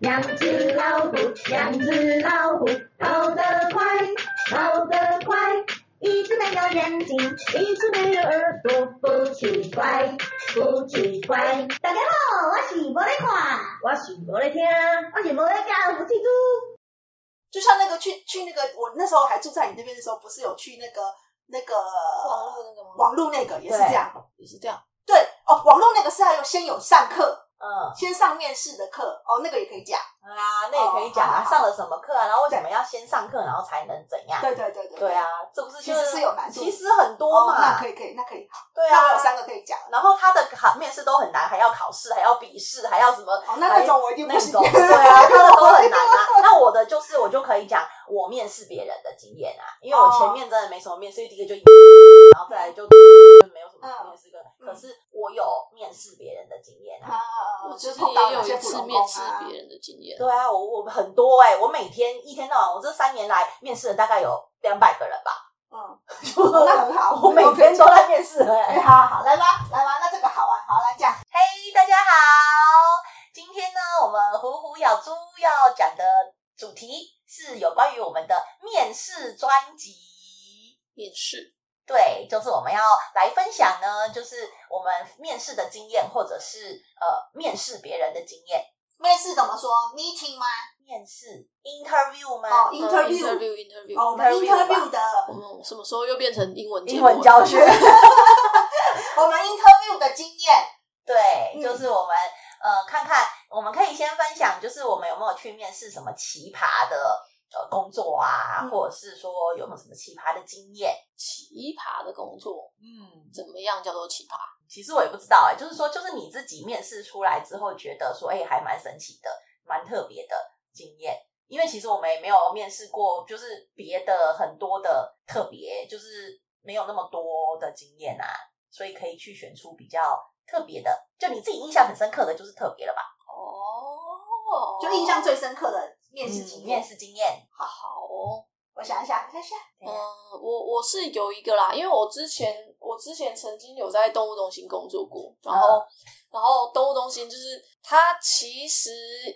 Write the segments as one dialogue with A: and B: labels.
A: 两只老虎，两只老虎，跑得快，跑得快。一只没有眼睛，一只没有耳朵，不奇怪，不奇怪。
B: 大家好，我是无咧看，
A: 我是无咧听，
B: 我是无咧教，我是猪。
C: 就像那个去去那个，我那时候还住在你那边的时候，不是有去那个那个
D: 网络那个吗？
C: 网络那个也是这样，
D: 也是这样。
C: 对哦，网络那个是要有先有上课，
D: 嗯，
C: 先上面试的课哦，那个也可以讲。
D: 啊，那也可以讲
C: 哦
D: 啊，
C: 好
D: 上了什么课啊？然后为什么要先上课，然后才能怎样？
C: 对对对对
D: 对，啊，这不是
C: 其
D: 就
C: 实是有难度
D: 其实很多
C: 哦，那
D: 嘛
C: 可。以可以，那可以，好
D: 对
C: 那我有
D: 啊，
C: 三个可以讲。
D: 然后他的考面试都很难，还要考试，还要笔试，还要什么
C: 哦，那那种我一定
D: 哎那
C: 不行。
D: 种？对啊，他的都很难啊。 那我的就是我就可以讲我面试别人的经验啊，因为我前面真的没什么面试，因为第一个就，然后再来就没有什
C: 嗯
D: 么面试跟，可是我有面试别人的经验啊。
C: 啊，
D: 我
C: 就
D: 就是是
C: 碰到
D: 也
C: 有
D: 有
C: 些
D: 一
C: 普
D: 次
C: 通
D: 面
C: 工
D: 试
C: 啊，
D: 别
E: 人的经验。
D: 对啊，我我很多哎、我每天一天到晚，我这三年来面试了大概有两百个人吧，
C: 嗯，哦那很好，
D: 我每天都在面试哎、
C: 哎，好好好，来吧，来吧，那这个好玩，好来讲。
D: 嘿大家好，今天呢，我们虎虎咬猪要讲的主题是有关于我们的面试专辑。
E: 面试
D: 对，就是我们要来分享呢，就是我们面试的经验，或者是呃面试别人的经验。
C: 面试怎么说？meeting 吗？
D: 面试 interview 吗？
C: 哦
E: 呃
C: ，interview。
E: interview interview，
C: 哦，我们 interview
D: interview
C: 的，
E: 我们什么时候又变成英文节
D: 英
E: 目了
D: 文教学。
C: 我们 interview 的经验。
D: 对，
C: 嗯
D: 就是我们呃，看看我们可以先分享，就是我们有没有去面试什么奇葩的呃工作啊，
C: 嗯
D: 或者是说有没有什么奇葩的经验？
E: 奇葩的工作，
D: 嗯，
E: 怎么样叫做奇葩？
D: 其实我也不知道哎、就是说，就是你自己面试出来之后，觉得说，哎、还蛮神奇的，蛮特别的经验。因为其实我们也没有面试过，就是别的很多的特别，就是没有那么多的经验啊，所以可以去选出比较特别的。就你自己印象很深刻的，就是特别了吧？
E: 哦，
C: 就印象最深刻的面试经
D: 嗯
C: 验
D: 面。试经验，
E: 好哦。
C: 我想一下，我想一下，
D: 对啊
E: 嗯，我我是有一个啦，因为我之前我之前曾经有在动物中心工作过，然后、然后动物中心就是它其实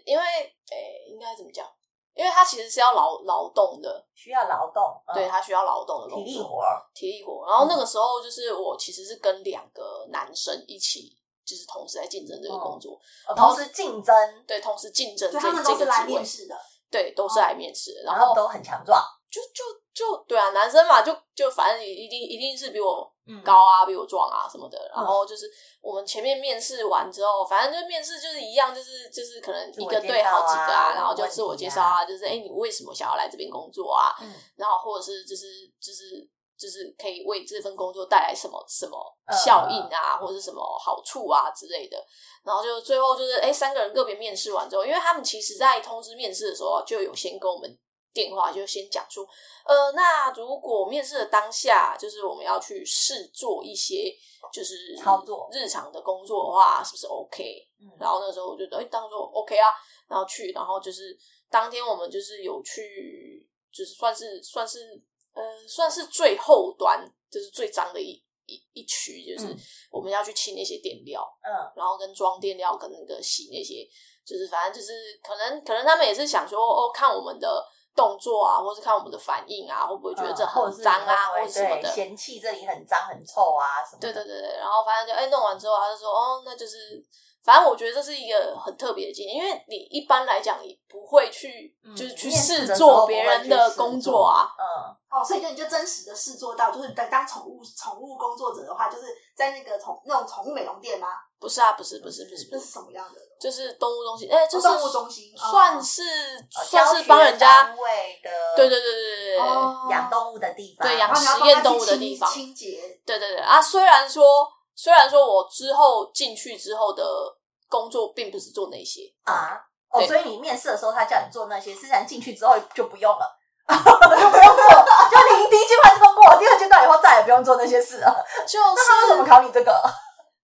E: 因为诶、应该怎么讲？因为它其实是要劳劳动的，
D: 需要劳动，嗯
E: 对，它需要劳动的工
D: 体
E: 作
D: 力活儿，
E: 体力活。然后那个时候就是我其实是跟两个男生一起，就是同时在竞争这个工作，
D: 哦同时竞争，
E: 对，同时竞争
C: 所
E: 这
C: 以他们都是
E: 这个
C: 来
E: 职位
C: 面试的。
E: 对，都是来面试的。
D: 然
E: 然
D: 后
E: 后
D: 都很强壮，
E: 就就就对啊，男生嘛，就就反正一定一定是比我
D: 嗯
E: 高啊，比我壮啊什么的。然后就是我们前面面试完之后，反正就面试就是一样，就是就是可能一个对好几
D: 自我介绍
E: 个
D: 啊
E: 然后就自我介绍啊，就是哎、诶你为什么想要来这边工作啊？
D: 嗯
E: 然后或者是就是就是就是可以为这份工作带来什么什么效应啊，或者是什么好处啊之类的。然后就最后就是哎，诶三个人个别面试完之后，因为他们其实在通知面试的时候就有先跟我们电话，就先讲出呃，那如果面试的当下，就是我们要去试做一些就是
D: 操作嗯
E: 日常的工作的话，是不是 OK？然后那时候我就哎、当做 OK 啊，然后去，然后就是当天我们就是有去，就是算是算是呃，算是最后端，就是最脏的一一一区，就是
D: 嗯
E: 我们要去清那些垫料，
D: 嗯
E: 然后跟装垫料跟那个洗那些，就是反正就是可能可能他们也是想说哦，看我们的动作啊，或是看我们的反应啊，会不会觉得这
D: 嗯或者
E: 很
D: 是
E: 脏啊，
D: 会
E: 或
D: 不
E: 者
D: 会
E: 什么
D: 对
E: 的，
D: 嫌弃这里很脏很臭啊什么
E: 对
D: 的，
E: 对对对，然后反正就哎、弄完之后，他就说哦，那就是，反正我觉得这是一个很特别的经验，因为你一般来讲你不会去、
D: 嗯
E: 就是去
D: 面试
E: 试
D: 的时
E: 做
D: 候
E: 别
D: 不会
E: 人
D: 去
E: 的
D: 试
E: 工
D: 做
E: 作啊，
D: 嗯，
C: 哦，所以就你就真实的试做到，就是当当宠物宠物工作者的话，就是在那个宠那种宠物美容店吗？
E: 不是啊，不是不是不是不
C: 那是
E: 是，
C: 什么样的？
E: 就是动物中心，哎、就是
C: 动物中心
E: 算
C: 哦
E: 是、
D: 呃
E: 算
D: 教
E: 是
D: 学
E: 帮人家
D: 单，位的，
E: 对对对对对对。
C: 哦
D: 养动物的地方，
E: 对养
C: 然后你要帮
E: 实验
C: 它去
E: 动物的
C: 清
E: 地方
C: 清洁。
E: 对对对啊！虽然说，虽然说我之后进去之后的工作并不是做那些，
D: 啊。哦，
E: 对
D: 所以你面试的时候，他叫你做那些，虽然进去之后就不用了， 就 不用做，就你第一阶段通过，第二阶段以后再也不用做那些事了。
E: 就
D: 那他为什么
E: 是
D: 考你这个？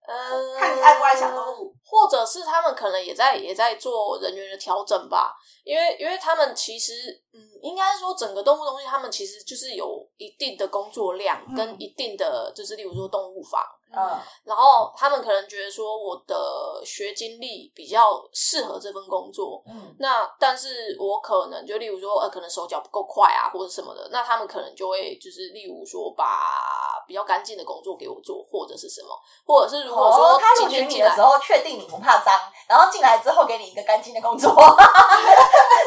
E: 呃，
C: 看你爱不爱小动物，
E: 或者是他们可能也在也在做人员的调整吧，因为因为他们其实嗯，应该说整个动物中心，他们其实就是有一定的工作量
C: 嗯
E: 跟一定的就是例如说动物房，
D: 嗯
E: 然后他们可能觉得说我的学经历比较适合这份工作，
D: 嗯
E: 那但是我可能就例如说，呃，可能手脚不够快啊，或者什么的，那他们可能就会就是例如说把比较干净的工作给我做，或者是什么，或者是如果
D: 哦
E: 说，
D: 他
E: 今
D: 录取
E: 天
D: 你
E: 进来，
D: 的时候，确定你不怕脏，然后进来之后给你一个干净的工作，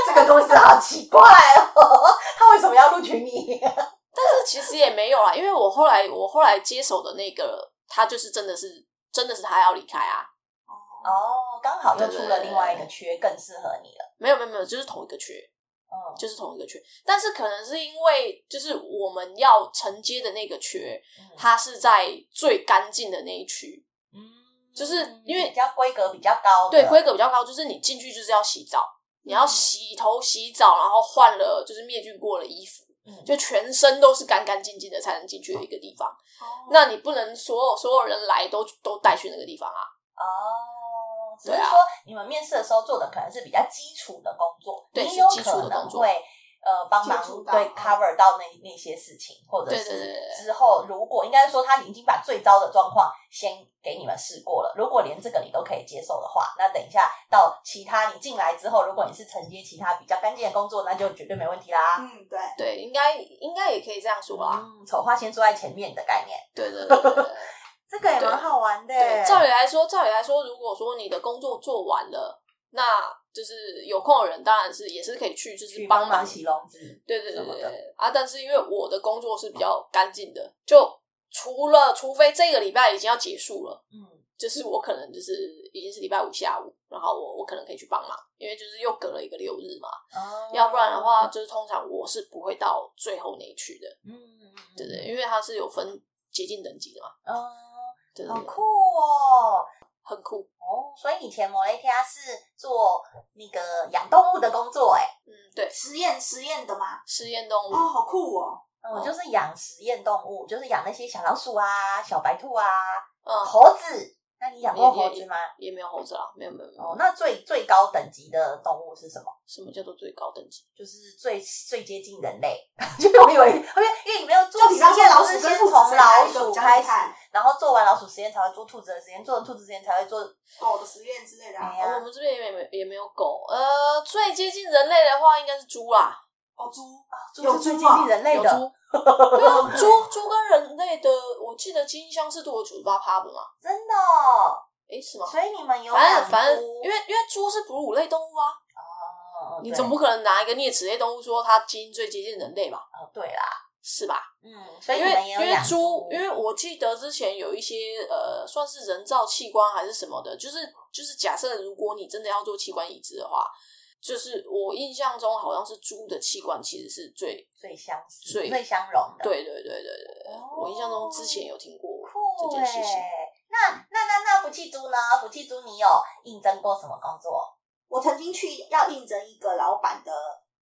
D: 这个公司好奇怪哦， 他为什么要录取你？
E: 但是其实也没有啦，因为我后来我后来接手的那个，他就是真的是真的是他要离开啊，
D: 哦，刚好又出了另外一个缺，更适合你了。
E: 没有没有没有，就是同一个缺，
D: 嗯
E: 就是同一个缺，但是可能是因为就是我们要承接的那个缺，它是在最干净的那一区，
D: 嗯，
E: 就是因为
D: 比较规格比较高的，
E: 对，规格比较高，就是你进去就是要洗澡，
D: 嗯
E: 你要洗头、洗澡，然后换了就是灭菌过的衣服，
D: 嗯
E: 就全身都是干干净净的才能进去的一个地方。
C: 哦
E: 那你不能所有所有人来都都带去那个地方啊？
D: 哦，只是
E: 对啊
D: 说你们面试的时候做的可能是比较基础的工作，
E: 对
D: 你
E: 是
D: 有
E: 基础
D: 可
E: 的
D: 能
E: 工作
D: 会呃帮忙
C: 接触到
D: 对
C: 嗯
D: cover 到那那些事情，或者
E: 对对对
D: 是
E: 对对
D: 之后如果应该说他已经把最糟的状况先给你们试过了，如果连这个你都可以接受的话，那等一下到其他你进来之后，如果你是承接其他比较干净的工作，那就绝对没问题啦。
C: 嗯，对，
E: 对，应该应该也可以这样说吧？
D: 嗯，丑话先说在前面的概念，
E: 对对对 对对。
D: 这个也
E: 对
D: 蛮好玩的。
E: 对，照理来说，照理来说，如果说你的工作做完了，那就是有空的人当然是也是可以去，就是
D: 去
E: 帮
D: 帮
E: 忙
D: 忙。洗笼子，
E: 对对
D: 什
E: 对
D: 么
E: 对
D: 的
E: 对啊！但是因为我的工作是比较干净的，就除了除非这个礼拜已经要结束了，
D: 嗯，
E: 就是我可能就是已经是礼拜五下午，然后我我可能可以去帮忙，因为就是又隔了一个六日嘛，
D: 哦
E: 要不然的话，就是通常我是不会到最后那一区的，
D: 嗯，嗯，嗯
E: 对对，因为它是有分洁净等级的嘛，
D: 哦，
E: 对对
D: 好
E: 对，
D: 酷哦！
E: 很酷，
D: 哦，所以以前摩雷提亚是做那个养动物的工作、哎，
E: 嗯，对，
C: 实验实验的吗？
E: 实验动物
C: 哦，好酷哦！
D: 嗯我、就是养实验动物，就是养那些小老鼠啊、小白兔啊、
E: 嗯，
D: 猴子。那你养过
E: 也也
D: 猴子吗？
E: 也没有猴子啦，没有没有没有，
D: 哦，那最最高等级的动物是什么？
E: 什么叫做最高等级？
D: 就是最最接近人类， 就我以为，因为因为你没有做
C: 就
D: 实
C: 比方说
D: 验，
C: 老
D: 不
C: 鼠
D: 是
C: 跟
D: 先
C: 兔
D: 从
C: 子谁哪
D: 老
C: 一个
D: 鼠
C: 比较
D: 开
C: 厉
D: 始，
C: 害，
D: 然后做完老鼠实验才会做兔子的实验，做完兔子实验才会做
C: 狗的实验之类的啊。
D: 哎呀
E: 哦我们这边也没也没有狗，呃，最接近人类的话应该是猪啦，
C: 哦，猪，
D: 猪
C: 有
D: 是最
C: 猪
D: 接
C: 啊
D: 近人类
E: 有
D: 的，
E: 猪，对啊，猪猪跟人类的，我记得基因相似度有九十八趴不嘛？
D: 真的、哦。
E: 诶，是吗？
D: 所以你们有
E: 反正
D: 养
E: 反正，
D: 猪
E: 因为因为猪是哺乳类动物啊，
D: 哦
E: 你
D: 对
E: 总不可能拿一个啮齿类动物说它基因最接近人类吧？
D: 哦对啦，
E: 是吧？
D: 嗯，所以
E: 因
D: 你
E: 为
D: 们也
E: 因
D: 有
E: 为
D: 养
E: 猪，因为我记得之前有一些呃，算是人造器官还是什么的，就是就是假设如果你真的要做器官移植的话，就是我印象中好像是猪的器官其实是最
D: 最相似、
E: 最
D: 最相容的，，
E: 对对对对对对，我印象中之前有听过这
D: 酷
E: 件事情。
D: 哎。那那那那福气猪呢？福气猪，你有应征过什么工作？
C: 我曾经去要应征一个老板的，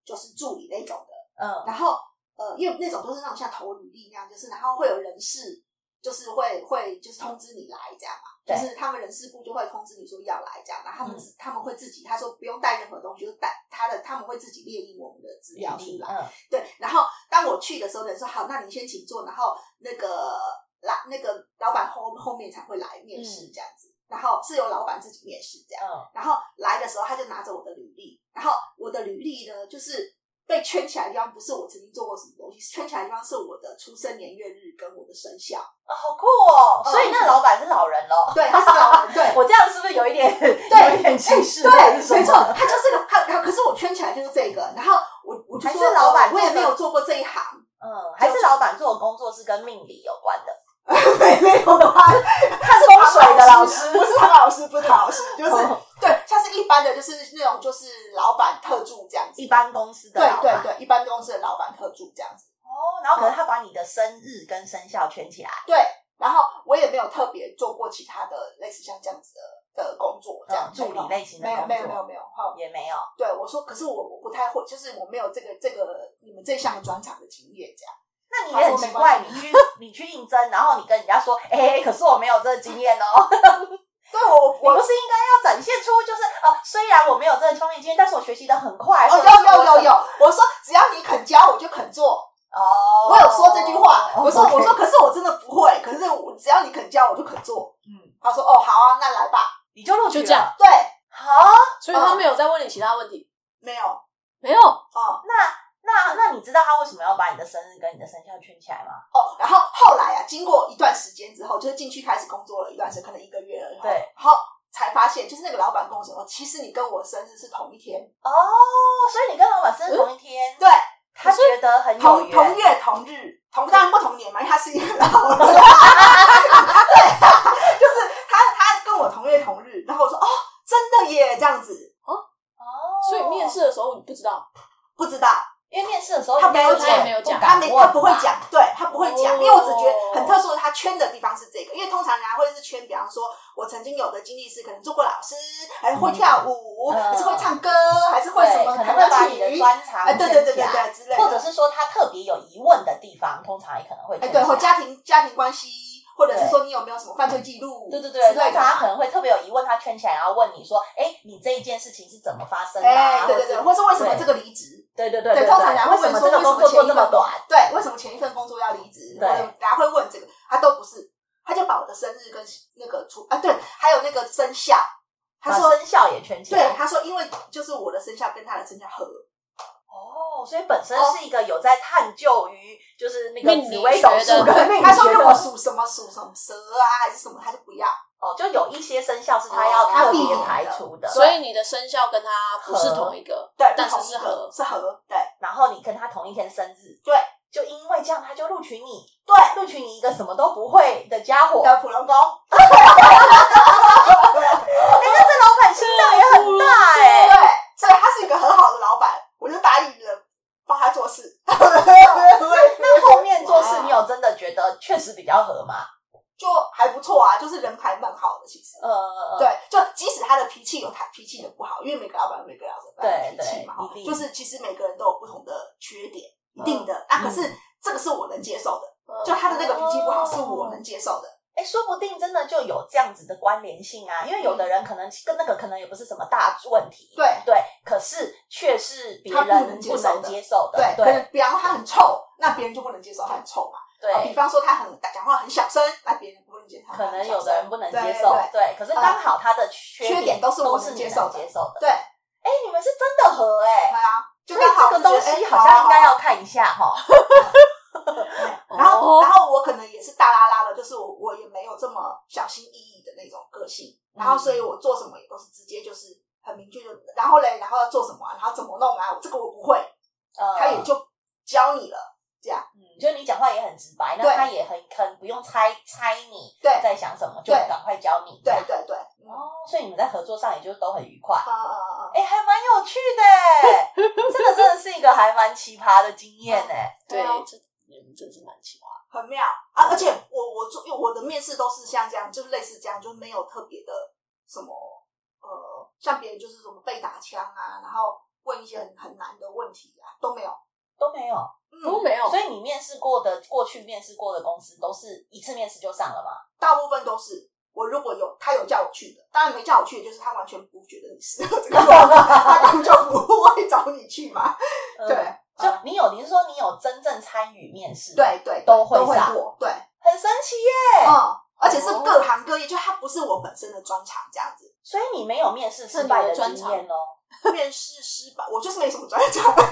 C: 就是助理那种的，
D: 嗯，
C: 然后呃，因为那种都是那种像投履历那样，就是然后会有人事，就是会会就是通知你来这样嘛，
D: 对
C: 就是他们人事部就会通知你说要来这样，然后他们、
D: 嗯
C: 自他们会自己他说不用带任何东西，就带他的他们会自己列印我们的资料出来，
D: 嗯，
C: 对，然后当我去的时候，人说好，那你先请坐，然后那个来那个老板后后面才会来面试这样子，然后是由老板自己面试这样，
D: 嗯
C: 然后来的时候他就拿着我的履历，然后我的履历呢就是。被圈起来的地方不是我曾经做过什么东西，圈起来的地方是我的出生年月日跟我的生肖。
D: 哦，好酷哦！
C: 嗯
D: 所以那老板是老人 喽？
C: 对，他是老人，对，
D: 我这样是不是有一 点
C: 对哎
D: 有一点歧视？还是什
C: 对，
D: 么
C: 没错，他就是个他，他可是我圈起来就是这个，然后我我就
D: 还是
C: 说，
D: 老板
C: 哦我也
D: 做
C: 没
D: 的
C: 有做过这一 行，
D: 嗯，还是老板做的工作是跟命理有关的，
C: 没没有 关，
D: 看风水的老师
C: 不是唐老师，不是唐老师，就是
D: 哦
C: 对，像是一般的，就是那种就是老板特助这样子
D: 一，般公司的
C: 对
D: 老
C: 对
D: 板。
C: 对，一般公司的老板特助这样子，
D: 哦，然后
E: 嗯
D: 可能他把你的生日跟生肖圈起来。
C: 对，然后我也没有特别做过其他的类似像这样子的的工作，这样
D: 嗯助理类型的
C: 没有
D: 工
C: 没有
D: 作
C: 没有没有，好，
D: 也没有，
C: 对我说，可是我我不太会，就是我没有这个这个你们这项专场的经验这样。
D: 那你也很奇怪，你去你去应征，然后你跟人家说，哎、可是我没有这个经验哦，
C: 对我
D: 我
C: 我
D: 不是应该要展现出就是哦、虽然我没有这个方面经验，但是我学习的很快。
C: 哦
D: 或者
C: 有
D: 是
C: 有
D: 我
C: 有有，我说只要你肯教，我就肯做。
D: 哦，
C: 我有说这句话，
D: 哦
C: 我说
D: OK
C: 我说，可是我真的不会，可是我只要你肯教，我就肯做。
D: 嗯，
C: 他说哦，好啊，那来吧。
D: 你就录取
E: 就
D: 了
E: 这样。
C: 对，
D: 好，
E: 所以他没有再问你其他问题，
C: 没有，哦、
E: 没有。
D: 那那你知道他为什么要把你的生日跟你的生肖圈起来吗？
C: 哦，然后后来啊，经过一段时间之后，就是进去开始工作了一段时间，可能一个月了，然后
D: 对
C: 然后才发现，就是那个老板跟我说，其实你跟我生日是同一天，
D: 哦，所以你跟老板生日同一
C: 嗯
D: 天，
C: 对，
D: 他觉得很有
C: 同
D: 缘。
C: 同月同日同当然不同年嘛，因为他是一个老人，对、 就是他他跟我同月同日，然后我说哦，真的耶，这样子
D: 哦，
E: 所以面试的时候你不知道，
C: 不知道，
D: 因为面试的时候
C: 他没有
E: 他也
C: 讲
E: 没有讲
D: 不
C: 他
D: 敢
C: 没
D: 问
C: 他不会讲，对他不会讲，
E: 哦
C: 因为我只觉得很特殊，他圈的地方是这个，因为通常人家会是圈，比方说我曾经有的经历是可能做过老师，还是会跳舞，
D: 嗯
C: 还是会唱歌，还是
D: 对
C: 会什么
D: 可
C: 弹
D: 能会把
C: 钢
D: 你的
C: 琴，
D: 专长
C: 哎，对对对
D: 圈起
C: 对
D: 来
C: 对之类的，
D: 或者是说他特别有疑问的地方，通常也可能会
C: 哎
D: 圈
C: 对，
D: 起
C: 或
D: 来
C: 家庭家庭关系，或者是
D: 对
C: 说你有没有什么犯罪记录，
D: 对对
C: 之
D: 对，
C: 类
D: 通
C: 的
D: 常他可
C: 嘛。
D: 能会特别有疑问，他圈起来，然后问你说：“哎，你这一件事情是怎么发生的
C: 哎
D: 啊？”，
C: 对对对，或是为什么
D: 对
C: 这个离职？
D: 对对对
C: 对，
D: 对，
C: 通常人家会
D: 为什么
C: 问说
D: 这个工作
C: 前
D: 做
C: 一
D: 这
C: 份
D: 么
C: 工
D: 短？？
C: 对，为什么前一份工作要离职？
D: 对
C: 然后大家会问这个，他都不是，他就把我的生日跟那个出啊，对，还有那个生肖，他
D: 把
C: 说
D: 生肖也圈起
C: 对，
D: 来。
C: 他说因为就是我的生肖跟他的生肖合，
D: 哦，所以本身是一个有在探究于就是那个
E: 命理
D: 紫微斗
E: 学
D: 数
E: 的
D: 跟命理
C: 他说
D: 学
C: 如果
D: 的
C: 属什么属什么蛇啊还是什么，他就不要。
D: 哦，就有一些生肖是他要
C: 哦他
D: 特
C: 避
D: 别
C: 免的
D: 排除
C: 哦
D: 的，
E: 所以你的生肖跟他不是
D: 合
E: 同一个，
C: 对，
E: 但
C: 不
E: 是
C: 同
E: 是
C: 一个
E: 合。
C: 是合，对
D: 然后你跟他同一天生日，
C: 对
D: 就因为这样他就录取你，
C: 对，
D: 录取你一个什么都不会的家伙。
C: 的普龙宫，
D: 哎，那这老板心脏也很大
C: 对
D: 哎。，
C: 所以他是一个很好的老板，我就答应了帮他做事。
D: 哦那后面做事
C: 哇
D: 你有真的觉得确实比较合吗？
C: 就还不错啊，就是人还蛮好的，其实。
D: 呃，
C: 对，就即使他的脾气有他脾气的不好，因为每个老板有每个老板
D: 对
C: 的脾气嘛，
D: 对
C: 哦
D: 一定嗯
C: 就是其实每个人都有不同的缺点，一定的。啊，可是这个是我能接受的，
E: 嗯
C: 啊就他的那个脾气不好
D: 哦
C: 是我能接受的。
D: 哎，说不定真的就有这样子的关联性啊，因为有的人可能跟那个可能也不是什么大问题，
C: 对
D: 对，可是却是别
C: 他不
D: 人
C: 能接
D: 不
C: 受
D: 能
C: 的
D: 接受的，
C: 对，可
D: 对
C: 能比方说他很臭，那别人就不能接受他很臭嘛。啊比
D: 对，
C: 方说他很讲话很小声，那别人不能接受他
D: 可
C: 很
D: 能
C: 小声。
D: 有的人不能
C: 对
D: 接受，
C: 对
D: 对，可是刚好他的缺
C: 缺点
D: 都
C: 都是我能
D: 你
C: 接
D: 能
C: 受的
D: 接受的，
C: 对
D: 哎，你们是真的合
C: 对
D: 哎，
C: 啊，就
D: 所以
C: 刚好
D: 这个
C: 就觉
D: 东
C: 得
D: 西
C: 哎
D: 好像应该
C: 好啊
D: 要看一下哈，
C: 然后，
E: 哦
C: 然后我可能也是大拉拉的，就是我我也没有这么小心翼翼的那种个性，然后所以我做什么也都是直接就是很明确就，然后嘞，然后要做什么啊、然后怎么弄啊，这个我不会，
D: 呃，
C: 他也就教你了，这样
D: 嗯就你讲话也很直白，那
C: 对
D: 他也很很不用猜猜你
C: 对
D: 在想什么，就
C: 对
D: 赶快教你，
C: 对对对，嗯嗯
D: 哦，所以你们在合作上也就都很愉快。
C: 嗯
D: 哎、还蛮有趣的、欸，这个真的是一个还蛮奇葩的经验哎、
C: 对
E: 对
C: 啊，
E: 这你们真是蛮奇葩。
C: 嗯，很妙啊！而且我我做因为我的面试都是像这样，就是类似这样，就没有特别的什么呃，像别人就是什么被打枪啊，然后问一些很很难的问题啊，都没有，
D: 都没有，
E: 都
C: 嗯，
E: 没有
D: 所，以你面试过的过去面试过的公司都是一次面试就上了吗？
C: 大部分都是我如果有他有叫我去的，当然没叫我去，就是他完全不觉得你适合 这个工作，他根本就不会找你去嘛。
D: 嗯
C: 对，嗯
D: 就你有，你是说你有真正参与面试？，
C: 对对，
D: 都会哎
C: 都会
D: 上
C: 过，对，
D: 很神奇耶、
C: 嗯，而且是各行各业，就它不是我本身的专长这样子。
D: 所以你没有面试失败的经验哦，
C: 面试失败，我就是没什么专长，对，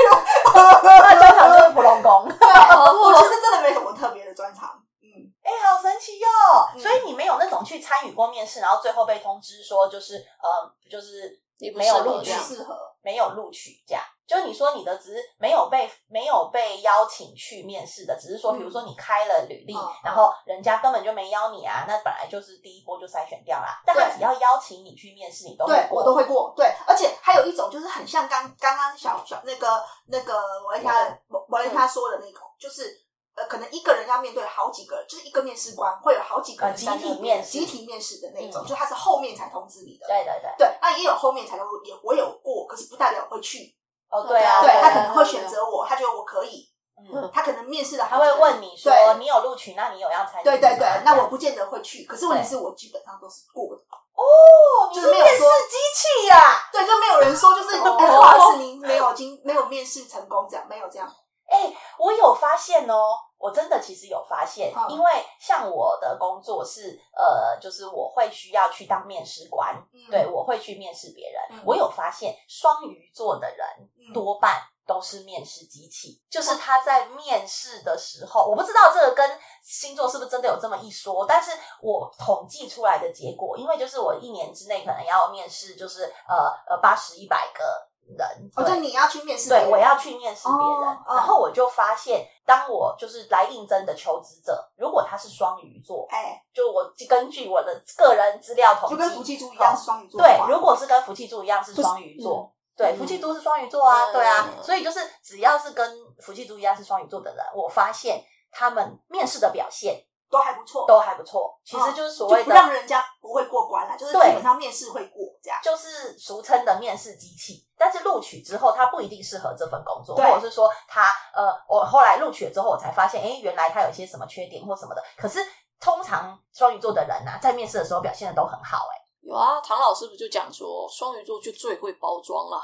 D: 那专场就是普龙宫，哦
C: 我其实真的没什么特别的专长。嗯，
D: 哎、好神奇哟、
C: 嗯
D: 所以你没有那种去参与过面试，然后最后被通知说就是呃，就是
E: 你不
D: 没有
E: 适合
D: 录
C: 不
D: 取
E: 这样
C: 适合，
D: 没有录取，这样。就是你说你的只是没有被没有被邀请去面试的，只是说
C: 嗯
D: 比如说你开了履历，
C: 嗯
D: 然后人家根本就没邀你啊，那本来就是第一波就筛选掉啦。但他
C: 对
D: 只要邀请你去面试，你都会
C: 对
D: 过
C: 我都会过，对，而且还有一种就是很像刚刚刚小小那个那个我跟他我
D: 嗯
C: 我跟他说的那种，就是呃，可能一个人要面对好几个，就是一个面试官会有好几个人
D: 呃集
C: 在那
D: 体
C: 边
D: 面试
C: 集体面试的那种，
D: 嗯
C: 就他是后面才通知你的，
D: 对对对，
C: 对，那也有后面才通知，也我有过，可是不代表我会去，
D: 哦对啊，
C: 对他
D: 啊
C: 可能会选择我，他觉得我可以，
D: 嗯，
C: 他可能面试的
D: 他会问嗯你说
C: 对
D: 你有录取，那你有要参与吗？哦
C: 对对对，那我
D: 不
C: 不见得会去，可是问题是我基本上都是过的，
D: 哦，你
C: 就是是没有
D: 面试
C: 说
D: 机器呀、
C: 对，就没有人说就是哎，
E: 哦
C: 不好意思，您没有经没有面试成功，这样没有这样。
D: 哎、我有发现哦，我真的其实有发现，
C: 嗯
D: 因为像我的工作是呃，就是我会需要去当面试官，
C: 嗯
D: 对，我会去面试别人。
C: 嗯
D: 我有发现，双鱼座的人
C: 嗯
D: 多半都是面试机器，就是他在面试的时候，我不知道这个跟星座是不是真的有这么一说，但是我统计出来的结果，因为就是我一年之内可能要面试，就是呃呃八十一百个人，
C: 哦，
D: 对
C: 就你要去面试别
D: 对，
C: 人，
D: 我要去面试别人，
C: 哦哦
D: 然后我就发现，当我就是来应征的求职者，如果他是双鱼座，
C: 哎，
D: 就我根据我的个人资料统
C: 就
D: 计，
C: 跟福气猪一样，是双鱼座的话
D: 哦对，如果是跟福气猪一样是双鱼座，对，
E: 嗯
D: 福气猪是双鱼座啊，
E: 嗯
D: 对啊，所以就是只要是跟福气猪一样是双鱼座的人，我发现他们面试的表现
C: 都还不错，
D: 都还不错，其实就是所谓
C: 哦就不
D: 的。
C: 让人家不会过关啦，就是基
D: 对哦
C: 本上面试会过这样。
D: 就是俗称的面试机器，但是录取之后，他不一定适合这份工作，
C: 对
D: 或者是说他呃，我后来录取了之后，我才发现，哎，原来他有些什么缺点或什么的。可是通常双鱼座的人呐、啊在面试的时候表现的都很好、诶
E: 有啊，唐老师不就讲说双鱼座就最会包装啊啦，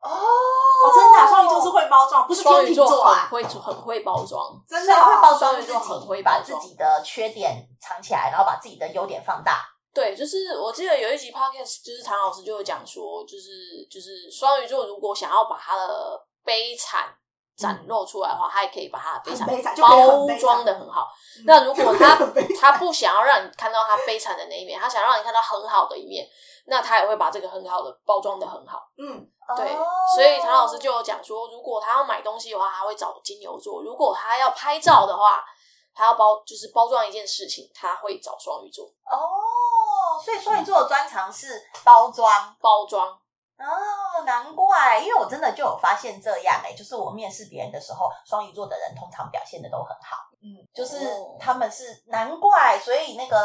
D: 哎，哦，
C: 哦，真的啊，双鱼座是会包装，不是
E: 双
C: 天
E: 鱼
C: 秤
E: 座
C: 座
E: 很
C: 啊，
E: 会很会包装，
C: 真
D: 所
C: 的
D: 以会
C: 哦
D: 包装
E: 双鱼
D: 自
E: 座很
D: 己，
E: 会
D: 把
E: 包装
D: 自己的缺点藏起来，然后把自己的优点放大。
E: 对，就是我记得有一集 podcast，就是唐老师就有讲说，就是就是双鱼座如果想要把他的悲惨展露出来的话，他也可以把他的悲惨
C: 很悲嗯惨就可以很
E: 包
C: 悲惨
E: 装的很好。
C: 嗯
E: 那如果 他
C: 就可以很悲
E: 他不想要让你看到他悲惨的那一面，他想让你看到很好的一面，那他也会把这个很好的包装的很好。
C: 嗯，
E: 对
D: 哦，
E: 所以唐老师就有讲说，如果他要买东西的话，他会找金牛座；如果他要拍照的话，他要包就是包装一件事情，他会找双鱼座
D: 哦，所以双鱼座的专长是包装。
E: 包装。
D: 哦，难怪，因为我真的就有发现这样哎、就是我面试别人的时候，双鱼座的人通常表现的都很好，嗯，就是
E: 哦
D: 他们是难怪，所以那个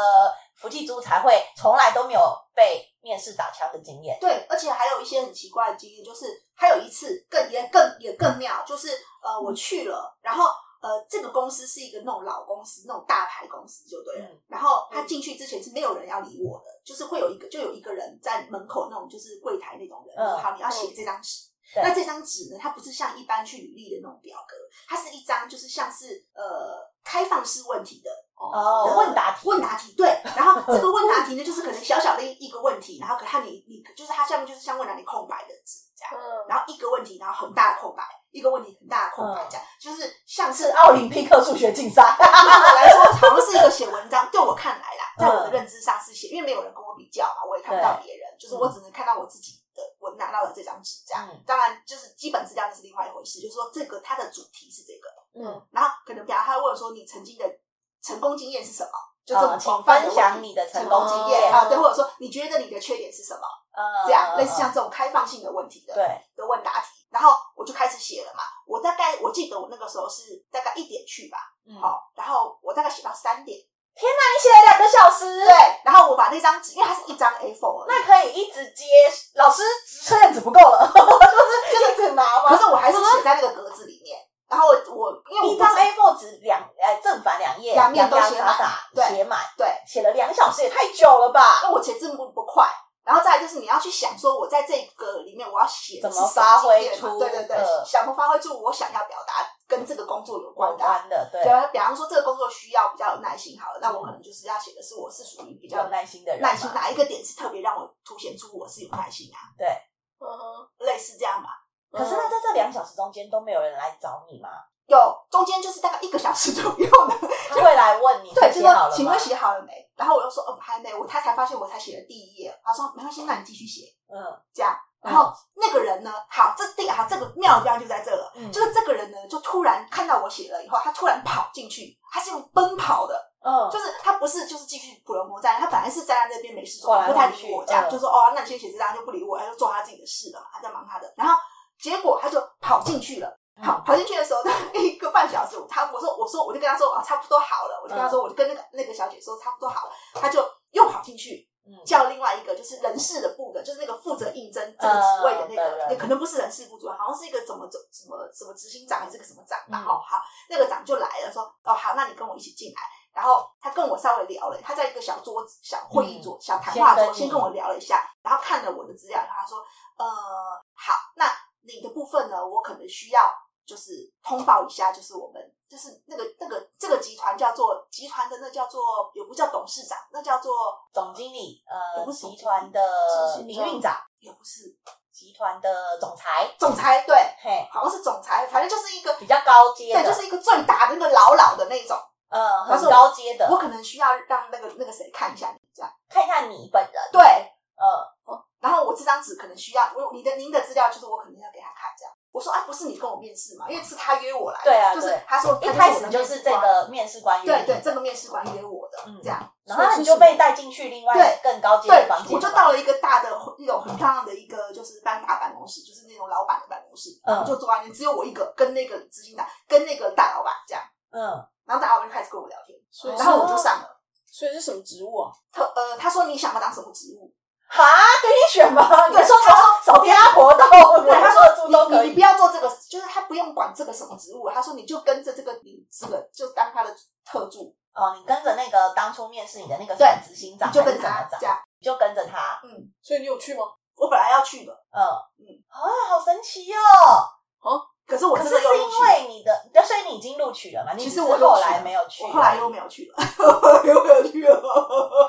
D: 福气猪才会从来都没有被面试打枪的经验，
C: 对，而且还有一些很奇怪的经验，就是还有一次更也更也
D: 嗯
C: 更妙，就是呃，我去了，然后呃，这个公司是一个那种老公司，那种大牌公司就对了。
D: 嗯
C: 然后他进去之前是没有人要理我的，就是会有一个就有一个人在门口那种就是柜台那种人，
D: 嗯
C: 说好你要写这张纸。
D: 对
C: 那这张纸呢，它不是像一般去履历的那种表格，它是一张就是像是呃开放式问题的
D: 哦
C: 的
D: 问答题
C: 问答题，对。然 后这个问答题呢，就是可能小小的一一个问题，然后可它你你就是它下面就是像问答题空白的纸这样，
E: 嗯，
C: 然后一个问题，然后很大的空白，一个问题很大的空白
D: 嗯
C: 这样，就是像是
D: 是
E: 嗯
D: 奥林匹克数学竞赛，
C: 对我来说，好像是一个写文章。对我看来啦，
D: 嗯
C: 在我的认知上是写，因为没有人跟我比较嘛，我也看不到别人，就是我只能看到我自己的，我拿到的这张纸这样
D: 嗯。
C: 当然，就是基本资料那是另外一回事，就是说这个它的主题是这个，
D: 嗯，
C: 然后可能比方他会问我说你曾经的成功经验是什么，就这
D: 呃
C: 么
D: 请
C: 广泛的
D: 分
C: 问
D: 享
C: 题
D: 你的成
C: 成
D: 功
C: 功
D: 经
C: 经
D: 验
C: 验，啊，对，或者说你觉得你的缺点是什么，
E: 呃
D: 嗯
C: 这样类似
D: 嗯
C: 像这种开放性的问题的，
D: 嗯对，
C: 的问答题，然后我就开始写了嘛。我大概我记得我那个时候是大概一点去吧，
D: 嗯
C: 好，然后我大概写到三点，
D: 你写了两个小时，
C: 对，然后我把那张纸，因为它是一张 A4，而已
D: 那可以一直接，老师这样子不够了， 就是就是一直拿
C: 可
D: 吗？
C: 是我还是写在那个格子里面。然后我我因为我不知
D: 一张 A4 纸两呃正反两页，
C: 两面都
D: 洋洋
C: 写
D: 洒
C: 满
D: 洒
C: 对
D: 写满，
C: 对，
D: 写了两小时也太久了吧？
C: 因为我写字不不快，然后再来就是你要去想说，我在这个里面我要写的
D: 怎
C: 是
D: 么
C: 什
D: 发挥
C: 经验嘛
D: 出
C: 对对对，
D: 呃
C: 想不发挥出我想要表达跟这个工作有关
D: 管
C: 的啊、
D: 完的，对，
C: 对，比方说这个工作需要比较有耐心，好了，那我
D: 嗯
C: 可能就是要写的是我是属于比
D: 比较
C: 较
D: 有耐心的人嘛，
C: 耐心哪一个点是特别让我凸显出我是有耐心啊，
E: 嗯哼嗯
C: 类似这样吧。
D: 可是那在这两小时中间都没有人来找你 吗？
C: 有中间就是大概一个小时左右的，
D: 他会来问你，
C: 对，就
D: 写好
C: 说
D: 了
C: 请
D: 吗
C: 问？写好了没？然后我又说哦还没，我他才发现我才写了第一页，他说没关系，那你继续写
D: 嗯，
C: 这样。然后那个人呢，好，这第好这个妙的地方就在这了，
D: 嗯
C: 就是这个人呢就突然看到我写了以后，他突然跑进去，他是用奔跑的，
D: 嗯，
C: 就是他不是就是继续普罗摩站，他本来是站在那边没事做
D: 晃，来
C: 不太
D: 晃去
C: 理我这样，
D: 嗯
C: 就说哦，那你先写这张就不理我，他就做他自己的事了嘛，他在忙他的。然后结果他就跑进去了，
D: 嗯
C: 跑跑进去的时候，大概一个半小时，他我说我说我就跟他说啊，差不多好了，我就跟他
D: 嗯
C: 说，我就跟那个那个小姐说差不多好了，他就又跑进去。
D: 嗯
C: 叫另外一个就是人事的部的，就是那个负责应征这个职位的那
D: 嗯对
C: 个，
D: 对
C: 也可能不是人事部主任，好像是一个怎么怎什么什么执行长还是个什么长吧。
D: 嗯
C: 哦，好，那个长就来了，说哦好，那你跟我一起进来。然后他跟我稍微聊了，他在一个小桌子、小会议桌、小谈话
D: 嗯先跟
C: 桌，
D: 你
C: 先跟我聊了一下，然后看了我的资料，他说呃好，那你的部分呢，我可能需要就是通报一下，就是我们就是那个那个这个集团叫做集团的那叫做也不叫董事长，那叫做
D: 总经理，
C: 也
D: 呃，
C: 不是总
D: 集
C: 经理
D: 团的
C: 执行
D: 营
C: 长
D: 运长，
C: 也不是
D: 集团的总裁，
C: 总裁，对，
D: 嘿，
C: 好像是总裁，反正就是一个
D: 比较高阶的，
C: 对，就是一个最大的那个老老的那种。
D: 呃，
C: 但是
D: 很
C: 我
D: 高阶的
C: 我，可能需要让那个那个谁看一下你这样。
D: 看看你本人，
C: 对，
D: 呃，
C: 然后我这张纸可能需要我你的您的资料，就是我可能要给他看这样。我说啊，不是你跟我面试嘛，因为是他约我来的，
D: 对啊
C: 就是
D: 对
C: 他说
D: 一
C: 他
D: 开
C: 我
D: 始
C: 的
D: 就
C: 面
D: 是
C: 试
D: 这
C: 官
D: 个面试官
C: 对
D: 员，
C: 对，这个面试官约我的，
D: 嗯
C: 这样，
D: 然后
C: 所以
D: 你
C: 是
D: 就被带进去另外
C: 对
D: 更高阶
C: 对
D: 的房，间，
C: 我就到了一个大的一种很漂亮的一个就是办大办公室，就是那种老板的办公室，
D: 嗯
C: 然后就坐在那边，只有我一个跟那个执行长跟那个大老板这样，
D: 嗯，
C: 然后大老板就开始跟我聊天，
E: 所以是
C: 然后我就上了。
E: 所以是什么植物啊？
C: 他呃，他说你想要当什么职务？
D: 哈，给你选吗？你
C: 对
D: 说
C: 他
D: 他手边啊活动，
C: 对，他
D: 说猪都
C: 说
D: 可
C: 你你
D: 以
C: 不，要做这个，就是他不用管这个什么职务，他说你就跟着这个你这个就当他的特助，
D: 哦，你跟着那个当初面试你的那个
C: 对
D: 什么执行长
C: 你就
D: 还
C: 跟
D: 是
C: 着
D: 什么
C: 他
D: 长
C: 这，样。
D: 你就跟着他，
C: 嗯，
E: 所以你有去吗？
C: 我本来要去的，
D: 嗯
C: 嗯
D: 啊，好神奇哦！
C: 可是我
D: 可
C: 真
D: 是
C: 的又没
D: 是
C: 有
D: 因
C: 去，
D: 为你的，那所以你已经录取了嘛？你
C: 其实
D: 只是
C: 我录取了
D: 后来没有去，
C: 我后来又没有去了， 我又没有去了。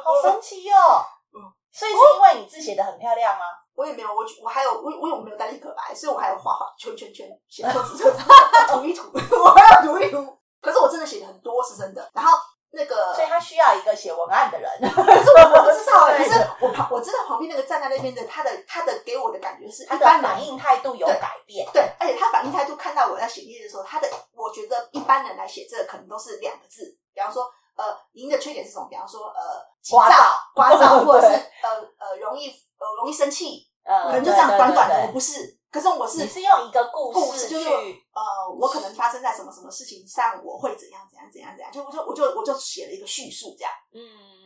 D: 好神奇哦
C: 嗯。
D: 所以是因为你字写的很漂亮吗？
C: 我也没有，我我还有我我有没有带立可白，所以我还有画画圈圈圈， 写错字错字涂一涂， 我还要涂一涂。可是我真的写的很多，是真的。然后那个
D: 所以他需要一个写文案的人。
C: 可是我不知道， 欸
D: 对
C: 可是我旁我知道旁边那个站在那边的，他的他的给我的感觉是一
D: 他的
C: 般
D: 反
C: 人。
D: 应态度有改变。
C: 对，而且他反应态度，看到我在写日记的时候，他的我觉得一般人来写这个可能都是两个字，比方说呃，您的缺点是什么？比方说呃，急
D: 聒
C: 躁、聒
D: 噪
C: 噪，或者是
D: 对
C: 呃呃容易呃容易生气，
D: 嗯，
C: 可能就这样短短的。
D: 对
C: 我不是，可是我
D: 对对
C: 是
D: 你是用一个故
C: 故事，
D: 事
C: 就是
D: 去，
C: 呃，我可能发生在什么什么事情上，我会怎样怎样怎样怎样，就我就我就我就写了一个叙述这样。
D: 嗯，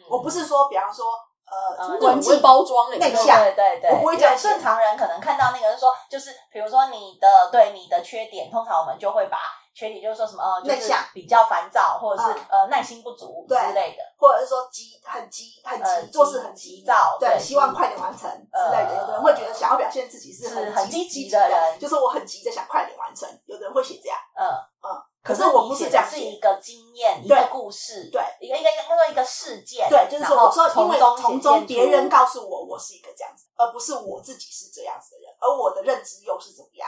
C: 我不是说，比方说呃
D: 嗯，
E: 我
C: 文
E: 不
C: 静
E: 会包装欸嘞，
C: 内
D: 对
C: 向
D: 对对对，
C: 我不会这样
D: 对
C: 写
D: 正常人可能看到那个人说，就是比如说你的对你的缺点，通常我们就会把缺点就是说什么呃，就
C: 内
D: 是
C: 向
D: 比较烦躁，或者是
C: 嗯
D: 呃耐心不足之
C: 对
D: 类的，
C: 或者是说急很急很
D: 呃
C: 急，做事很
D: 急躁
C: 对，
D: 对
C: 希望快点完成之类
D: 呃
C: 的。有的人会觉得想要表现自己是
D: 是
C: 很
D: 很积
C: 积
D: 极
C: 的
D: 的人
C: 就是我很急着想快点完成。有的人会写这样，
D: 嗯。
C: 可是
D: 你
C: 我不是
D: 写
C: 这
D: 的
C: 样
D: 是
C: 写
D: 一。个经验，一
C: 对
D: 个故事，
C: 对
D: 一个一个应该说一个事件，
C: 对，就是说，
D: 然后
C: 我说因为
D: 中
C: 从
D: 显
C: 中
D: 现
C: 别人
D: 出
C: 告诉我我是一个这样子，而不是我自己是这样子的人，而我的认知又是怎么样？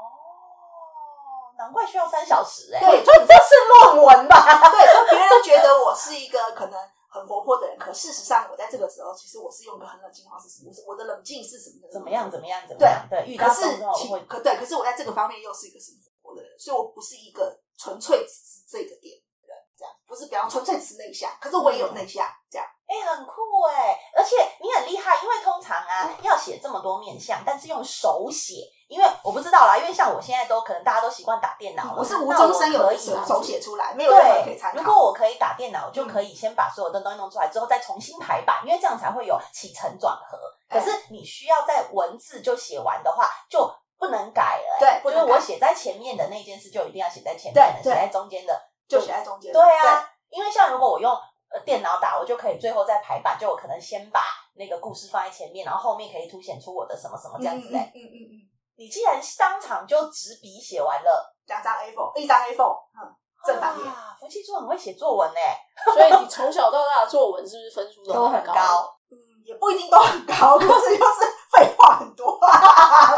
D: 哦，难怪需要三小时哎、
C: 对
D: 这这是论文吧？
C: 对，就别人觉得我是一个可能很活泼的人，可事实上我在这个时候，其实我是用一个很冷静的方式，我是我的冷静是什么
D: 怎么样？怎
C: 么
D: 么样？怎么样？对，遇到
C: 可是
D: 状况我
C: 其
D: 会
C: 可对，可是我在这个方面又是一个很活泼的人，所以我不是一个纯粹只是这个点的人，这样不是比方纯粹只是内向，可是我也有内向这样。
D: 哎、很酷哎、而且你很厉害，因为通常啊
C: 嗯
D: 要写这么多面相，但是用手写，因为我不知道啦，因为像我现在都可能大家都习惯打电脑了，
C: 我是无
D: 那
C: 中
D: 我
C: 生有
D: 可
C: 的
D: 以
C: 手
D: 吗
C: 手写出来，没有任何人可以
D: 对
C: 参，
D: 如
C: 考。嗯
D: 果我可以打电脑，我就可以先把所有的东西弄出来，之后再重新排版，因为这样才会有起承转合。可
C: 哎
D: 是你需要在文字就写完的话，就不能改了、欸
C: 对不
D: 就是
C: 能
D: 我
C: 改
D: 写在前面的那件事，就一定要写在前面
C: 对
D: 的，写
C: 对
D: 在中间的
C: 就写在中间。
D: 对啊，，因为像如果我用呃电脑打，我就可以最后再排版，就我可能先把那个故事放在前面，然后后面可以凸显出我的什么什么
C: 对
D: 这样子嘞、
C: 嗯嗯嗯嗯，
D: 你既然当场就执笔写完了，
C: 两张 A4，一张 A4，嗯，正反面。
D: 啊，福气猪很会写作文呢、欸
E: 所以你从小到大的作文是不是分数
D: 都
E: 很
D: 很高？
C: 嗯，也不一定都很高，可 是就是废话很多，废话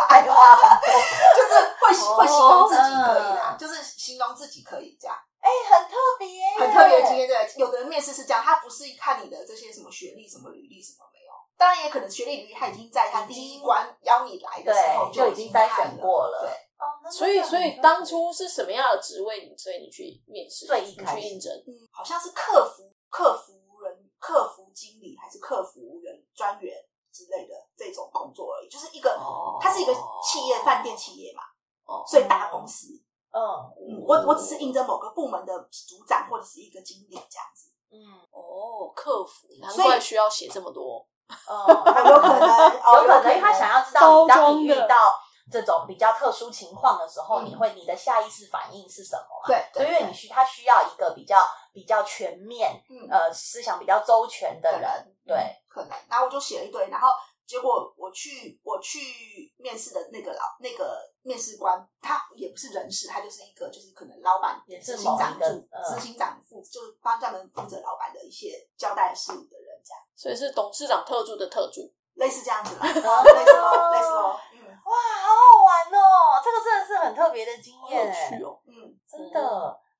C: 很多， 就是会形会形容自己可以
D: 哦嗯
C: 啦，就是形容自己可以这样，
D: 哎、很特别，
C: 很特别的经。验。对，有的人面试是这样，他不是看你的这些什么学历、什么履历、什么没有，当然也可能学历履历他已经在他第一关邀你来的时候
D: 对，就已经筛
C: 看
D: 选过了。
C: 对，
D: 哦，那真的
E: 所以，
D: 很
E: 所以
D: 特
E: 当
D: 别
E: 初是什么样的职位？你所以你去面试，
D: 最
E: 你
D: 一开
E: 去
D: 始
E: 应征，
C: 嗯，好像是客服、客服人、客服经理还是客服人专员之类的这种工作而已，就是一个，
E: 哦
C: 它是一个企业，饭店企业嘛，
E: 哦
C: 所以大公司。
D: 嗯
C: 嗯我我只是应征某个部门的组长或者是一个经理这样子，
D: 嗯
E: 哦，客服，难
C: 所以
E: 怪需要写这么多。
D: 嗯，
C: 有可能， 哦
D: 有可能因为他想要知道
E: 包
D: 你当你
E: 装
D: 遇
E: 的
D: 到这种比较特殊情况的时候，
C: 嗯
D: 你会你的下意识反应是什么嘛？
C: 对对
D: 对，因为你需他需要一个比较比较全面，
C: 嗯
D: 呃，思想比较周全的人，对，
C: 可能，然后我就写了一堆，然后结果我去我去面试的那个老那个面试官他也不是人事，他就是一个就是可能老板、
D: 也
C: 执
D: 是
C: 行
D: 某
C: 长
D: 一
C: 助、
D: 个
C: 执、
D: 嗯
C: 行长负，就是帮他们负责老板的一些交代事务的人，这样
E: 所以是董事长特助的特助，
C: 类似这样子 啦，
D: 哦
C: 类似咯，类似咯，嗯
D: 哇，好好玩哦！这个真的是很特别的经
E: 好有
D: 验，
E: 趣哦。
C: 嗯，
D: 真的。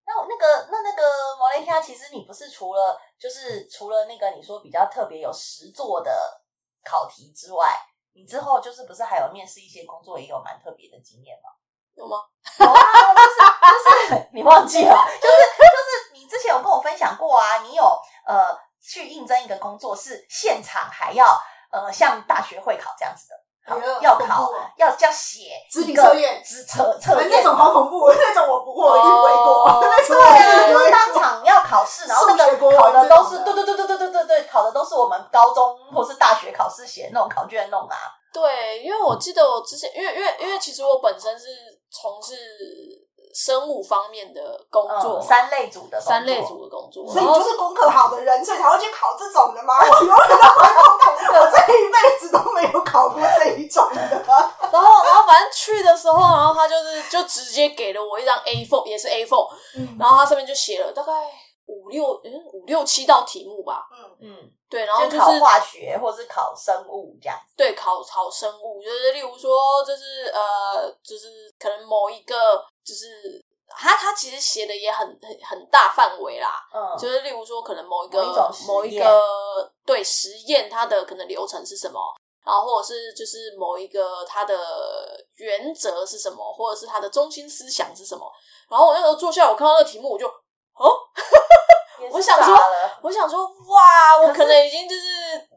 D: 那我那个那那个摩雷亚，其实你不是除了就是除了那个你说比较特别有实作的考题之外，你之后就是不是还有面试一些工作也有蛮特别的经验吗？
E: 有吗？
D: 有啊，就是 就是你忘记了，就是就是你之前有跟我分享过啊，你有呃去应征一个工作是现场还要呃像大学会考这样子的，
C: 哎呦
D: 要
C: 好恐
D: 考欸
C: 怖哦
D: 要要写
C: 知
D: 一
C: 名
D: 个
C: 测验
D: 知测哎测验
C: 啊那种好恐怖， 那种我不过，我一定不会
E: 哦
C: 过， 那种
D: 对啊，
C: 我一定
D: 就
C: 不
D: 是
C: 会
D: 当
C: 过。
D: 场要考试，然后那
C: 数学国
D: 个
C: 文
D: 考的都是
C: 这
D: 对
C: 种的
D: 对对对对对对对，考的都是我们高中或是大学考试写的那种考卷弄啊。
E: 对，因为我记得我之前，因为因为因为其实我本身是从事生物方面的工作，
D: 嗯，三类组的工作
E: 三类，组的工作，
C: 所以
E: 然
C: 你
E: 后
C: 就是功课好的人，所以才会去考这种的吗？我永远都不会碰到， 我这一辈子都没有考过这一种的。
E: 然后然后反正去的时候，然后他就是就直接给了我一张 A4，也是 A4，
C: 嗯
E: 然后他上面就写了大概五六嗯五六七道题目吧，
C: 嗯，
D: 嗯，
E: 对，然后
D: 就
E: 就是
D: 考
E: 是
D: 化学或是考生物这样。
E: 对考考生物，就是例如说，就是呃，就是可能某一个，就是他他其实写的也很很很大范围啦，
D: 嗯，
E: 就是例如说，可能某一个
D: 某一种实验
E: 某一个对实验它的可能流程是什么，然后或者是就是某一个它的原则是什么，或者是它的中心思想是什么。然后我那时候坐下来，我看到那个题目，我就
D: 也是
E: 我想
D: 傻
E: 说
D: 了
E: 我想说，哇，我
D: 可是
E: 可能已经就是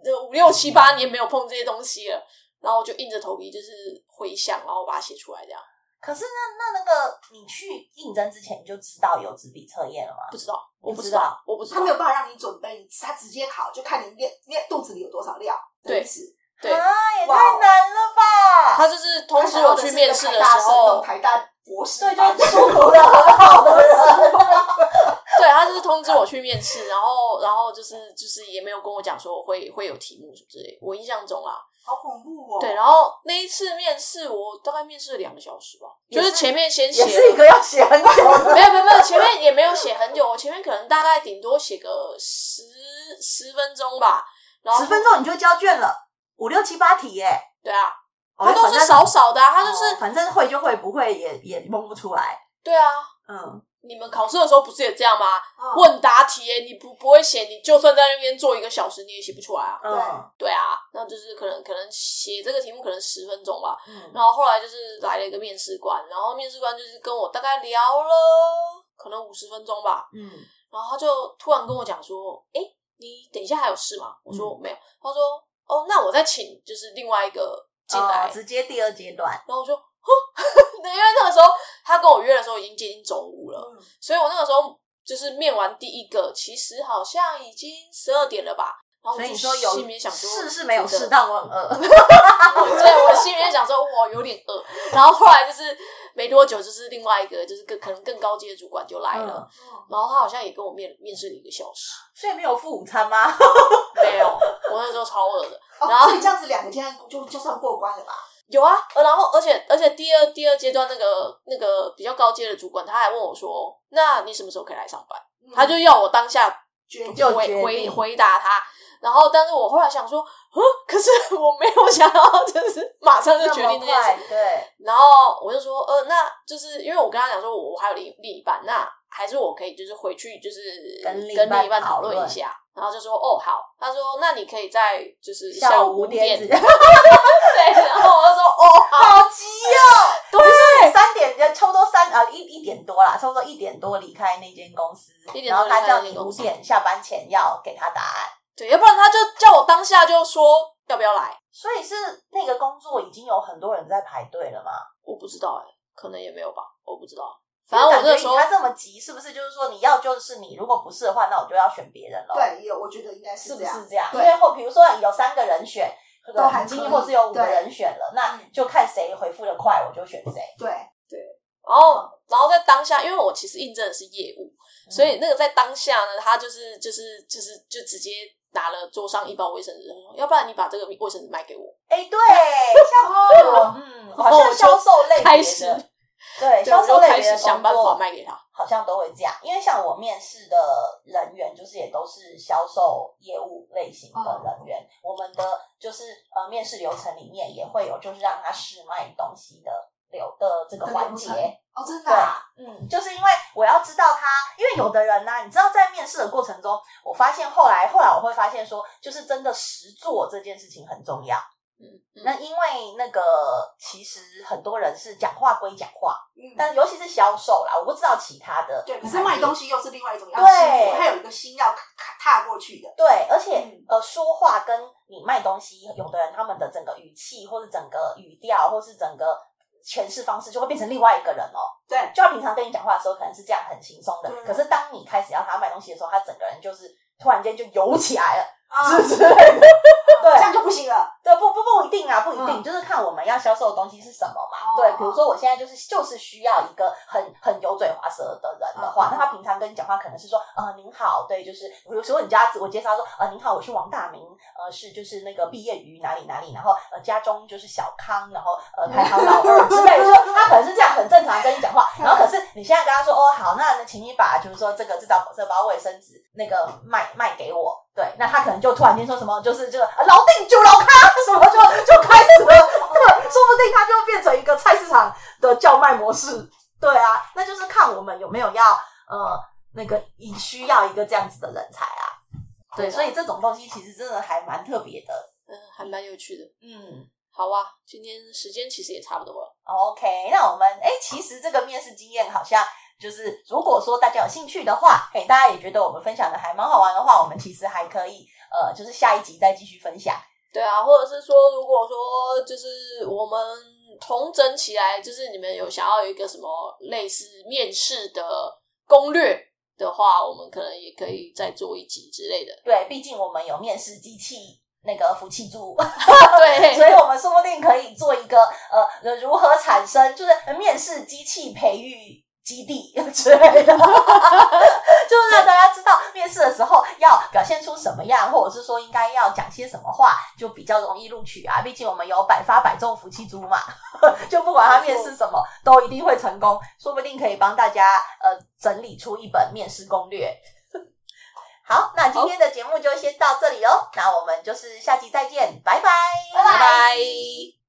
E: 呃五六七八年没有碰这些东西了。然后我就硬着头皮就是回想，然后把它写出来，这样
D: 可是那那那个你去应征之前你就知道有纸笔测验了吗？
E: 不知道，
D: 你
E: 我不
D: 知
E: 知
D: 道
E: 道，我不 知
C: 他
E: 道
C: 没，有办法让你准备，他直接考，就看你练练肚子里有多少料的意思。
E: 对
D: 啊，也
C: 哇
D: 太难了吧！
E: 他就是通知我去面试
C: 的
E: 的时候，
C: 台大博士
D: 对，
C: 班，
D: 就是 出读的很好的人。
E: 对，他就是通知我去面试，然后然后就是就是也没有跟我讲说我会会有题目之类。我印象中啊，
C: 好恐怖哦！
E: 对，然后那一次面试我大概面试了两个小时吧，
D: 也
E: 就是是前面先写
D: 也是一个要写很久的，
E: 没有没有没有，前面也没有写很久，我前面可能大概顶多写个十十分钟吧， 然后
D: 十分钟你就交卷了，五六七八题耶、
E: 对啊，
D: 哦
E: 它都
D: 反
E: 是
D: 正
E: 少少的、啊，它就是、
D: 哦反正会就会，不会也也蒙不出来。
E: 对啊。
D: 嗯，
E: 你们考试的时候不是也这样吗？
C: 嗯
E: 问答题耶、你不不会写，你就算在那边做一个小时，你也写不出来啊。
D: 嗯
E: 对啊，那就是可能可能写这个题目可能十分钟吧，
D: 嗯，
E: 然后后来就是来了一个面试官，然后面试官就是跟我大概聊了可能五十分钟吧，
D: 嗯，
E: 然后他就突然跟我讲说：“哎，你等一下还有事吗？”我
D: 嗯
E: 说：“没有。”他说：“哦，那我再请就是另外一个进来。
D: 哦直接第二阶段，
E: 然后我就，哼对，因为那个时候他跟我约的时候已经接近中午 了，
C: 嗯
E: 所以我那个时候就是面完第一个，其实好像已经十二点了吧。然后我
D: 所以
E: 就
D: 你说有
E: 哦心里面想说，
D: 是是没有
E: 觉得
D: 适当问呃，
E: 对，我心里面想说，我有点饿。然后后来就是没多久，就是另外一个就是更可能更高级的主管就来了，
D: 嗯
E: 然后他好像也跟我面面试了一个小时，
D: 所以没有付午餐吗？
E: 没有，我那时候超饿的。然
C: 哦，
E: 后
C: 所以这样子两个阶段就就算过关了吧？
E: 有啊，呃然后而且而且第二第二阶段那个那个比较高阶的主管，他还问我说，那你什么时候可以来上班？
C: 嗯
E: 他就要我当下
C: 决定
D: 就决定
E: 回回回答他。然后，但是我后来想说，嗯，可是我没有想到，就是马上就
D: 这
E: 决
D: 么
E: 定这件事
D: 快，。对，
E: 然后我就说，呃，那就是因为我跟他讲说，我我还有另另一半，那还是我可以就是回去就是
D: 跟
E: 另
D: 另一半
E: 一半
D: 讨
E: 讨
D: 论
E: 论一下。然后就说，哦，好。他说，那你可以在就是
D: 下
E: 午
D: 午
E: 五
D: 五
E: 点
D: 点
E: 对。
D: 子，
E: 然后我就说，哦，好。
D: 好急 哦，对，三点就差不多三啊一一点多啦，差不多一点多离开那间公司
E: 一，点
D: 然
E: 多
D: 后
E: 离
D: 他
E: 开
D: 叫
E: 那间
D: 你
E: 公
D: 五
E: 司
D: 点下班前要给他答案。
E: 对，要不然他就叫我当下就说要不要来，
D: 所以是那个工作已经有很多人在排队了吗？
E: 我不知道哎、可能也没有吧，我不知道。反正我那
D: 就感觉
E: 时候
D: 他这么急，是不是就是说你要就是你，如果不是的话，那我就要选别人了？，
C: 对，有我觉得应该
D: 是
C: 是
D: 不
C: 这样
D: 是。这样？因
C: 对
D: 为或比如说有三个人选，这个
C: 都还
D: 很
C: 可
D: 近，
C: 以
D: 或是有五个
C: 对
D: 人选了，那就看谁回复的快，我就选谁。
C: 对，
E: 然后，
D: 嗯
E: 然后在当下，因为我其实印证的是业务，所
D: 嗯
E: 以那个在当下呢，他就是就是就是就直接拿了桌上一包卫生纸，他说要不然你把这个卫生纸卖给我。
D: 哎，对，像
C: 哦，
D: 嗯，好像销售类类
E: 开
D: 别
E: 始
D: 的，对
E: 对，我
D: 哎销
E: 就
D: 售类
E: 开
D: 别
E: 始
D: 的
E: 想
D: 工
E: 办法
D: 作，
E: 卖给他。
D: 好像都会这样。因为像我面试的人员，就是也都是销售业务类型
C: 嗯
D: 的人员，我们的就是呃面试流程里面也会有，就是让他试卖东西的流的这个
C: 的
D: 环
C: 流
D: 节
C: 程。哦，真的
D: 对
C: 啊，
D: 嗯，就是因为我要知道他，因为有的人呢、你知道在面试的过程中，我发现后来后来我会发现说，就是真的实做这件事情很重要。
E: 嗯，
D: 那因为那个其实很多人是讲话归讲话，
C: 嗯，
D: 但尤其是销售啦，我不知道其他的
C: 对，可是卖东
D: 西
C: 西又是另外一种要
D: 对
C: 心，还有一个心要踏踏过 去的，
D: 对，而且、
C: 嗯
D: 呃说话跟你卖东西，有的人他们的整个语气或是整个语调或是整个诠释方式就会变成另外一个人哦。
C: 对，嗯
D: 就他平常跟你讲话的时候，可能是这样很轻松的，
C: 对
D: 可是当你开始要他卖东西的时候，他整个人就是突然间就游起来了，
C: 啊，
D: 之类的。对
C: 这样就不行 了，
D: 对，不不不一定啊，不一定，
C: 嗯
D: 就是看我们要销售的东西是什么嘛。
C: 哦
D: 对，比如说我现在就是就是需要一个很很油嘴滑舌的人的话，
C: 嗯
D: 那他平常跟你讲话可能是说，呃，您好，对，就是比如说你家自我介绍说，呃，您好，我是王大明，呃，是就是那个毕业于哪里哪里，然后呃家中就是小康，然后 呃排行老二之类的，就是他可能是这样很正常跟你讲 话，然后可是你现在跟他说，哦，好，那请你把就是说这个至少这包卫生纸那个卖卖给我，对，那他可能就突然间说什么，就是这个啊老定九老咖什么就 就开始了，对，说不定他就变成一个菜市场的叫卖模式，对啊，那就是看我们有没有要呃那个你需要一个这样子的人才啊，对，所以这种东西其实真的还蛮特别的，
E: 嗯，还蛮有趣的。
D: 嗯。
E: 好啊，今天时间其实也差不多了。
D: OK，那我们哎，其实这个面试经验好像就是，如果说大家有兴趣的话，嘿，大家也觉得我们分享的还蛮好玩的话，我们其实还可以呃，就是下一集再继续分享。。
E: 对啊，或者是说，如果说就是我们重整起来，就是你们有想要有一个什么类似面试的攻略的话，我们可能也可以再做一集之类的
D: 对，毕竟我们有面试机器。那个服气猪，
E: 对，
D: 所以我们说不定可以做一个呃，如何产生就是呃面试机器培育基地之类 的，就是让大家知道面试的时候要表现出什么样，或者是说应该要讲些什么话，就比较容易录取啊。毕竟我们有百发百中服气猪嘛， 就不管他面试什么，都一定会成功。说不定可以帮大家呃整理出一本面试攻略。好，那今天的哦节目就先到这里喽，那我们就是下期再见，拜拜，拜
E: 拜拜。